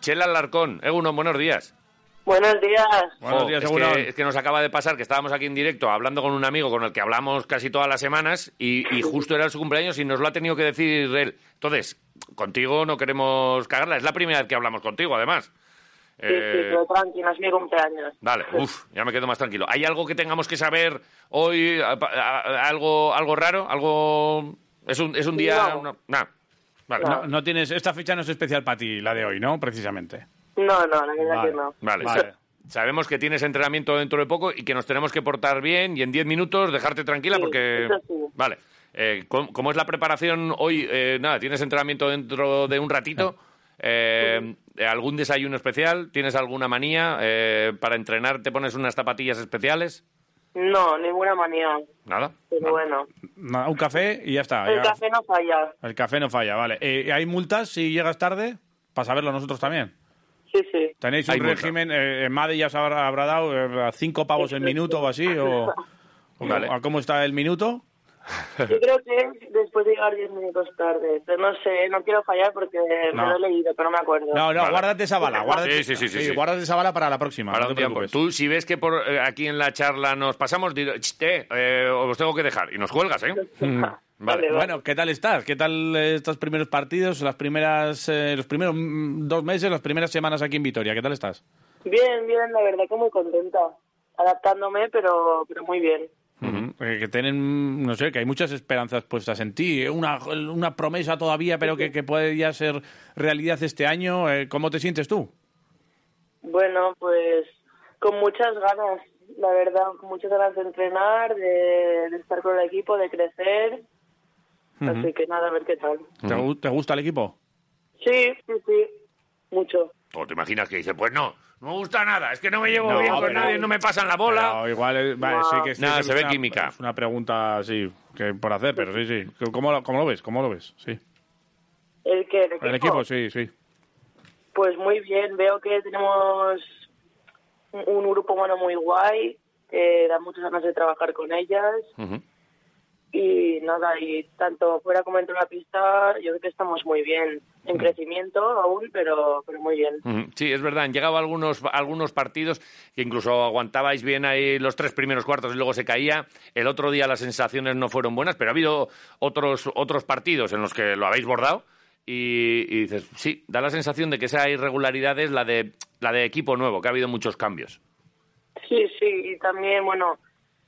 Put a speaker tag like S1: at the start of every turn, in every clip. S1: Chela Alarcón, Egunon, buenos días.
S2: Buenos días.
S1: Jo, es, que, es que nos acaba de pasar que estábamos aquí en directo hablando con un amigo con el que hablamos casi todas las semanas y, y justo era su cumpleaños y nos lo ha tenido que decir él. Entonces, contigo no queremos cagarla. Es la primera vez que hablamos contigo, además.
S2: Sí,
S3: Eh,
S2: sí, pero tranquilo, es mi cumpleaños.
S1: Vale, uff, ya me quedo más tranquilo. ¿Hay algo que tengamos que saber hoy? A- a- a- ¿Algo algo raro? ¿Algo...? ¿Es un, es un día...?
S2: No.
S1: una- nah. Vale,
S2: No.
S3: No, no tienes, esta fecha no es especial para ti, la de hoy, ¿no? Precisamente.
S2: No, no, la verdad
S3: Vale.
S2: que no.
S1: vale.
S3: Vale.
S1: Sabemos que tienes entrenamiento dentro de poco y que nos tenemos que portar bien y en 10 minutos dejarte tranquila
S2: Sí,
S1: porque...
S2: eso sí.
S1: Vale. Eh, ¿cómo, cómo es la preparación hoy? Eh, nada, tienes entrenamiento dentro de un ratito.
S3: Ah.
S1: Eh, ¿Algún desayuno especial? ¿Tienes alguna manía? Eh, ¿Para entrenar te pones unas zapatillas especiales?
S2: No, ninguna manía.
S1: Nada.
S2: Pero
S1: Vale.
S2: bueno,
S3: No, un café y ya está.
S2: el
S3: ya-
S2: café no falla.
S3: el café no falla, vale. Eh, ¿Hay multas si llegas tarde? Para saberlo nosotros también.
S2: Sí, sí.
S3: ¿Tenéis
S1: Hay
S3: un
S1: multa.
S3: régimen? eh, en Madrid ya os habrá, habrá dado eh, cinco pavos el minuto o así. O, o
S1: Vale.
S3: ¿a ¿Cómo está el minuto?
S2: Yo creo que es después de llegar 10 minutos tarde. Pero no sé, no quiero fallar porque me
S3: No.
S2: lo he leído, pero no me acuerdo.
S3: No, no,
S1: Vale.
S3: guárdate esa bala.
S1: Sí,
S3: Guárdate,
S1: sí, sí, sí, sí.
S3: Guárdate esa bala para la próxima.
S1: Ahora
S3: no te
S1: un tiempo.
S3: preocupes.
S1: Tú, si ves que por eh, aquí en la charla nos pasamos, di- "Ch, te, eh, os tengo que dejar. Y nos cuelgas, ¿eh?
S2: vale,
S1: Vale,
S3: Mm, Bueno, ¿qué tal estás? ¿Qué tal eh, estos primeros partidos, las primeras, eh, los primeros mm, dos meses, las primeras semanas aquí en Vitoria? ¿Qué tal estás?
S2: Bien, bien, la verdad que muy contenta. Adaptándome, pero, pero muy bien.
S3: Eh, que tienen, no sé, que hay muchas esperanzas puestas en ti. eh, Una, una promesa todavía, pero que, que puede ya ser realidad este año. eh, ¿Cómo te sientes tú?
S2: Bueno, pues con muchas ganas, la verdad, con muchas ganas de entrenar, de, de estar con el equipo, de crecer. Así que nada, a ver qué tal.
S3: ¿Te gu- ¿Te gusta el equipo?
S2: Sí, sí, sí, mucho.
S1: O te imaginas que dice, pues no, no me gusta nada, es que no me llevo
S3: No,
S1: bien con
S3: pero-
S1: nadie, no me pasan la bola.
S3: Pero igual, eh, vale, sí que sí
S1: Nada,
S3: que
S1: se
S3: es
S1: ve
S3: una-
S1: química.
S3: Es una pregunta, sí, que por hacer, pero sí, sí. ¿Cómo lo, cómo lo ves? ¿Cómo lo ves? Sí.
S2: ¿El que ¿El equipo?
S3: El equipo, sí, sí.
S2: Pues muy bien, veo que tenemos un- un grupo humano muy guay, que da muchas ganas de trabajar con ellas
S1: Ujú.
S2: y nada, y tanto fuera como dentro de la pista, yo creo que estamos muy bien, en crecimiento aún, pero, pero muy bien.
S1: Ujú. Sí, es verdad, han llegado algunos, algunos partidos que incluso aguantabais bien ahí los tres primeros cuartos y luego se caía. El otro día las sensaciones no fueron buenas, pero ha habido otros, otros partidos en los que lo habéis bordado y, y dices, sí, da la sensación de que esa irregularidad es la de, la de equipo nuevo, que ha habido muchos cambios.
S2: Sí, sí, y también, bueno,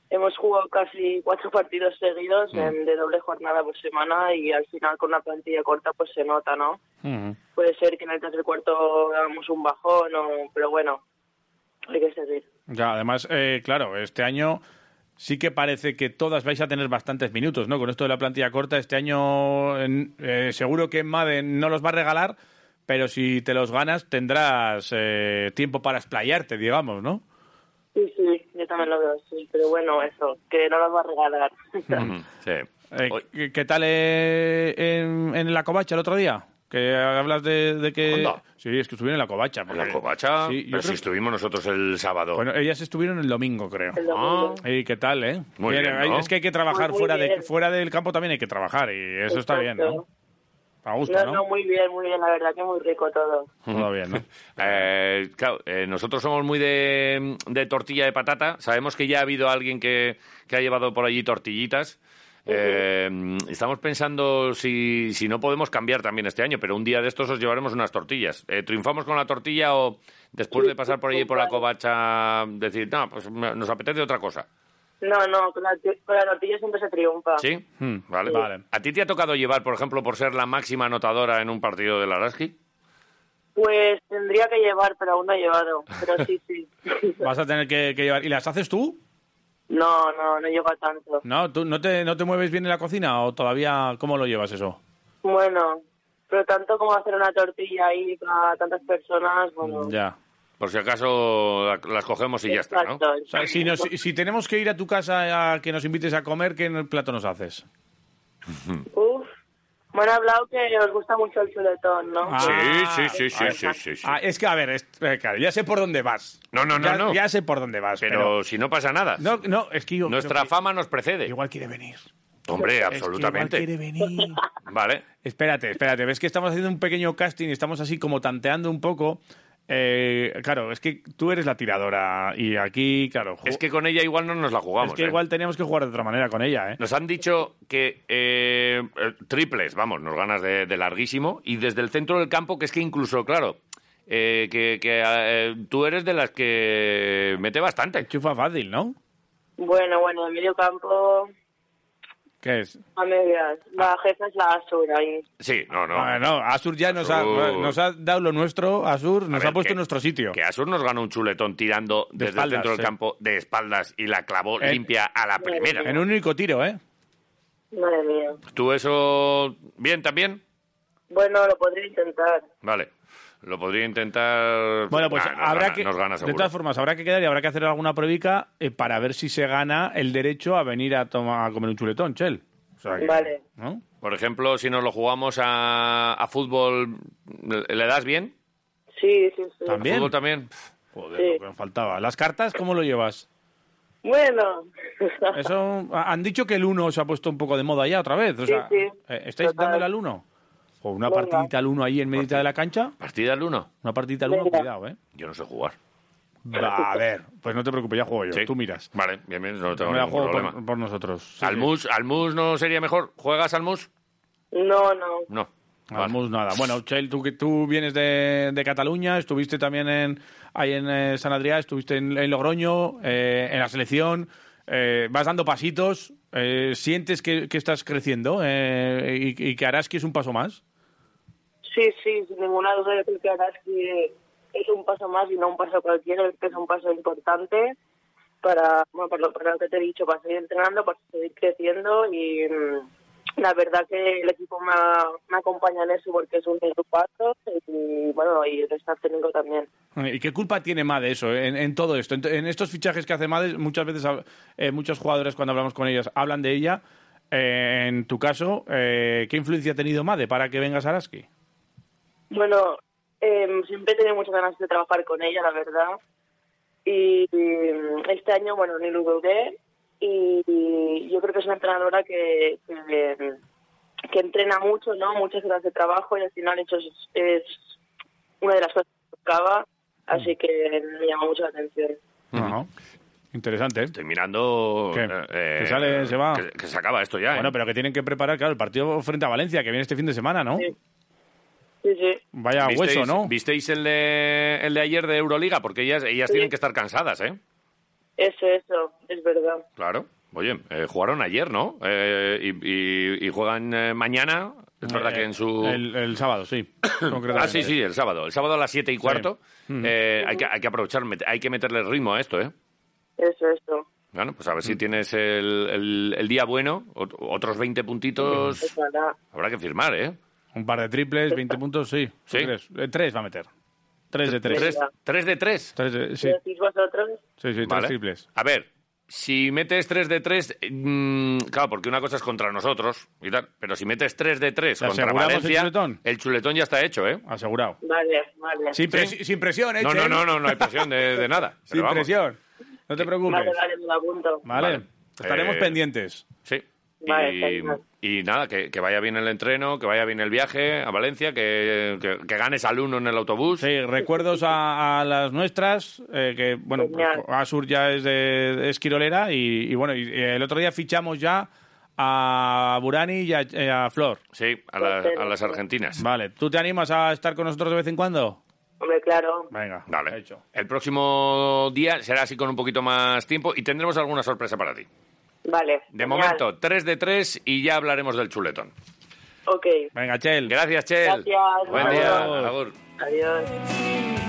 S2: hemos jugado casi cuatro partidos seguidos en- de doble jornada por semana y al final con una plantilla corta pues se nota, ¿no? Puede ser que en el tercer cuarto hagamos un bajón, o- pero bueno, hay que seguir.
S3: Ya, además, eh, claro, este año sí que parece que todas vais a tener bastantes minutos, ¿no? Con esto de la plantilla corta, este año en- eh, seguro que Made no los va a regalar, pero si te los ganas tendrás eh, tiempo para explayarte, digamos, ¿no?
S2: Sí, sí, yo también lo veo así, pero bueno, eso, que no las va a regalar.
S1: Ujú, Sí.
S3: Eh,
S1: Hoy-
S3: ¿qué, qué tal eh, en, en la covacha el otro día? Que hablas de, de que...
S1: Anda.
S3: Sí, es que estuvieron en la covacha.
S1: En
S3: porque-
S1: la covacha,
S3: eh, Sí, yo
S1: pero si
S3: creo-
S1: estuvimos nosotros el sábado.
S3: Bueno, ellas estuvieron el domingo, creo.
S2: El domingo.
S3: ¿Y qué tal, eh?
S1: Muy
S3: Mira,
S1: bien,
S3: hay-
S1: ¿no?
S3: Es que hay que trabajar
S2: Muy, muy
S3: fuera, de,
S2: bien.
S3: fuera del campo, también hay que trabajar. Y eso está bien, ¿no?
S2: Exacto.
S3: A gusto,
S2: No,
S3: ¿no?
S2: no, muy bien, muy bien, la verdad que muy rico todo.
S3: Todo bien, ¿no?
S1: Eh, claro, eh, nosotros somos muy de, de tortilla de patata. Sabemos que ya ha habido alguien que, que ha llevado por allí tortillitas. Eh, estamos pensando si, si no podemos cambiar también este año, pero un día de estos os llevaremos unas tortillas. Eh, ¿Triunfamos con la tortilla o después de pasar por allí por la covacha decir, no, pues me- nos apetece otra cosa?
S2: No, no, con la, con la tortilla siempre se triunfa.
S1: ¿Sí?
S3: Hmm,
S1: Vale.
S3: vale.
S1: ¿A ti te ha tocado llevar, por ejemplo, por ser la máxima anotadora en un partido del Araski?
S2: Pues tendría que llevar, pero aún no he llevado. Pero sí, sí.
S3: Vas a tener que, que llevar. ¿Y las haces tú?
S2: No, no, no llego a tanto.
S3: ¿No? ¿Tú no te, no te mueves bien en la cocina o todavía cómo lo llevas eso?
S2: Bueno, Pero tanto como hacer una tortilla ahí para tantas personas, bueno...
S3: Ya.
S1: Por si acaso la- las cogemos y ya está, ¿no?
S2: exacto,
S3: O sea, si, nos- si tenemos que ir a tu casa a que nos invites a comer, ¿qué plato nos haces?
S2: Uf, me han hablado que os gusta mucho el chuletón, ¿no?
S3: Ah,
S1: Sí, sí, sí, sí,
S3: ah,
S1: sí, sí, sí.
S3: Ah, es que, a ver, es- eh, claro, ya sé por dónde vas.
S1: No, no, no,
S3: Ya-
S1: no.
S3: Ya sé por dónde vas,
S1: pero,
S3: pero...
S1: si no pasa nada.
S3: No, no, es que yo...
S1: Nuestra
S3: creo
S1: fama nos
S3: que
S1: precede.
S3: Igual quiere venir.
S1: Hombre,
S3: Es que
S1: absolutamente.
S3: igual quiere venir.
S1: Vale.
S3: Espérate, espérate. Ves que estamos haciendo un pequeño casting y estamos así como tanteando un poco. Eh, claro, es que tú eres la tiradora y aquí, claro... ju-
S1: Es que con ella igual no nos la jugamos.
S3: es que
S1: ¿eh?
S3: igual teníamos que jugar de otra manera con ella, ¿eh?
S1: Nos han dicho que eh, eh, triples, vamos, nos ganas de, de larguísimo. Y desde el centro del campo, que es que incluso, claro, eh, que, que, eh, tú eres de las que mete bastante.
S3: Chufa fácil, ¿no?
S2: Bueno, bueno, en medio campo,
S3: ¿Qué es?
S2: a medias. La jefa es la basura ahí.
S1: Sí, no, no.
S3: Ah, no, Asur ya nos ha,
S1: Asur.
S3: nos ha dado lo nuestro, Asur nos
S1: ver,
S3: ha puesto
S1: que-
S3: en nuestro sitio.
S1: Que Asur nos ganó un chuletón tirando
S3: De
S1: desde el
S3: espaldas,
S1: centro del
S3: sí.
S1: campo de espaldas y la clavó
S3: En-
S1: limpia a la primera.
S3: En un único tiro, ¿eh?
S2: Madre mía.
S1: ¿Tú eso bien también?
S2: Bueno, lo podría intentar.
S1: Vale. Lo podría intentar.
S3: Bueno, pues
S1: Ah, nos
S3: habrá
S1: gana-
S3: que.
S1: Nos gana
S3: de
S1: seguro.
S3: todas formas, habrá que quedar y habrá que hacer alguna prueba para ver si se gana el derecho a venir a, toma- a comer un chuletón, Chel. O sea que-
S2: Vale.
S3: ¿no?
S1: Por ejemplo, si nos lo jugamos a, a fútbol, ¿le das bien?
S2: Sí, sí, sí.
S1: ¿A
S3: También.
S1: fútbol también?
S3: Joder,
S2: Sí.
S3: lo que nos faltaba. ¿Las cartas cómo lo llevas?
S2: Bueno.
S3: Eso ha- Han dicho que el 1 se ha puesto un poco de moda ya otra vez. O
S2: Sí,
S3: sea,
S2: sí.
S3: eh, ¿Estáis
S2: Total.
S3: dándole al 1? ¿O una
S2: Venga.
S3: partidita al 1 ahí en medita de la cancha?
S1: ¿Partida al uno?
S3: Una partidita al 1,
S2: Venga.
S3: cuidado, ¿eh?
S1: Yo no sé jugar.
S3: Va, a ver, pues no te preocupes, ya juego yo.
S1: ¿Sí?
S3: Tú miras.
S1: Vale, bien, bien, no tengo
S3: Me la
S1: ningún
S3: juego
S1: problema.
S3: por, por nosotros. Sí,
S1: ¿Al mus, al mus no sería mejor? ¿Juegas al mus?
S2: No, no.
S1: No.
S3: sí.
S1: Vale.
S3: Al mus nada. Bueno, Chel, tú, que- tú vienes de, de Cataluña, estuviste también en, ahí en eh, San Adrià, estuviste en, en Logroño, eh, en la selección, eh, vas dando pasitos, eh, sientes que, que estás creciendo eh, y, y que harás que es un paso más.
S2: Sí, sí, sin ninguna duda yo creo que ahora es que es un paso más y no un paso cualquiera, es que es un paso importante para, bueno, para, lo, para lo que te he dicho, para seguir entrenando, para seguir creciendo y mm, la verdad que el equipo me, ha- me acompaña en eso porque es un grupazo y bueno, y el staff técnico también.
S3: Eh, ¿Y qué culpa tiene Made eso eh, en, en todo esto? En, en estos fichajes que hace Made, muchas veces hab- eh, muchos jugadores cuando hablamos con ellas hablan de ella. Eh, en tu caso, eh, ¿qué influencia ha tenido Made para que vengas a Araski?
S2: Bueno, em, siempre he tenido muchas ganas de trabajar con ella, la verdad. Y, em, este año, bueno, ni lo dudé. Y, y yo creo que es una entrenadora que, que, em, que entrena mucho, ¿no? Muchas horas de trabajo y al final eso es, es una de las cosas que buscaba. Así que me llama mucho la atención.
S3: Ajá. Interesante. ¿eh?
S1: Estoy mirando...
S3: ¿Qué?
S1: eh,
S3: ¿Que sale- se va?
S1: Que, que se acaba esto ya, ¿eh?
S3: Bueno, pero que tienen que preparar, claro, el partido frente a Valencia, que viene este fin de semana, ¿no?
S2: Sí. Sí, sí.
S3: Vaya hueso,
S1: ¿Visteis-
S3: ¿no?
S1: ¿Visteis el de, el de ayer de Euroliga? Porque ellas, ellas
S2: Sí.
S1: tienen que estar cansadas, ¿eh?
S2: Eso, eso, es verdad.
S1: Claro. Oye, eh, jugaron ayer, ¿no? Eh, y, y- y juegan eh, mañana. Es verdad que en su...
S3: Eh, El, el sábado, sí. concretamente.
S1: Ah, sí, sí, el sábado. El sábado a las siete y cuarto.
S3: Mm.
S1: Eh, hay, que, hay que aprovechar, met- hay que meterle ritmo a esto, ¿eh?
S2: Eso, eso.
S1: Bueno, pues a ver si
S3: Mm.
S1: tienes el, el- el día bueno, ot- otros 20 puntitos.
S3: Mm.
S2: Ojalá.
S1: Habrá que firmar, ¿eh?
S3: Un par de triples, 20 puntos, sí.
S1: Sí.
S3: Tres, Eh, tres va a meter. Tres de tres.
S1: Tres,
S2: Venga.
S1: tres de tres.
S3: Tres de- sí,
S2: ¿Qué decís vosotros?
S3: sí, sí, tres
S1: Vale.
S3: triples.
S1: A ver, si metes tres de tres, eh, mm, claro, porque una cosa es contra nosotros y tal, pero si metes tres de tres
S3: ¿Le
S1: contra
S3: aseguramos el
S1: Valencia,
S3: chuletón?
S1: chuletón ya está hecho, ¿eh?
S3: Asegurado.
S2: Vale, vale.
S3: Sin, presi- sin presión, ¿eh?
S1: No, no,
S3: Chen?
S1: no, no, no hay presión de, de nada.
S3: Sin
S1: pero vamos.
S3: presión. No te preocupes.
S2: Vale,
S3: Vale.
S2: vale, me lo apunto.
S1: Vale.
S3: Estaremos
S1: Eh,
S3: pendientes.
S1: Sí.
S2: Vale,
S1: Y,
S2: genial.
S1: y nada, que, que vaya bien el entreno, que vaya bien el viaje a Valencia, que, que- que ganes al uno en el autobús.
S3: Sí, recuerdos a, a las nuestras, eh, que bueno,
S2: Genial.
S3: pues, Asur ya es, de, es quirolera y, y bueno, y, eh, el otro día fichamos ya a Burani y a, eh, a Flor.
S1: Sí, a, la- a las argentinas.
S3: Vale, ¿tú te animas a estar con nosotros de vez en cuando?
S2: Hombre, claro.
S3: Venga,
S1: Vale.
S3: hecho.
S1: El próximo día será así con un poquito más tiempo y tendremos alguna sorpresa para ti.
S2: Vale.
S1: De
S2: genial.
S1: momento, 3 de 3 y ya hablaremos del chuletón.
S2: Ok.
S3: Venga, Chel.
S1: Gracias, Chel.
S2: Gracias.
S1: Buen día.
S3: Adiós.
S1: Agur.
S2: Adiós.
S4: team.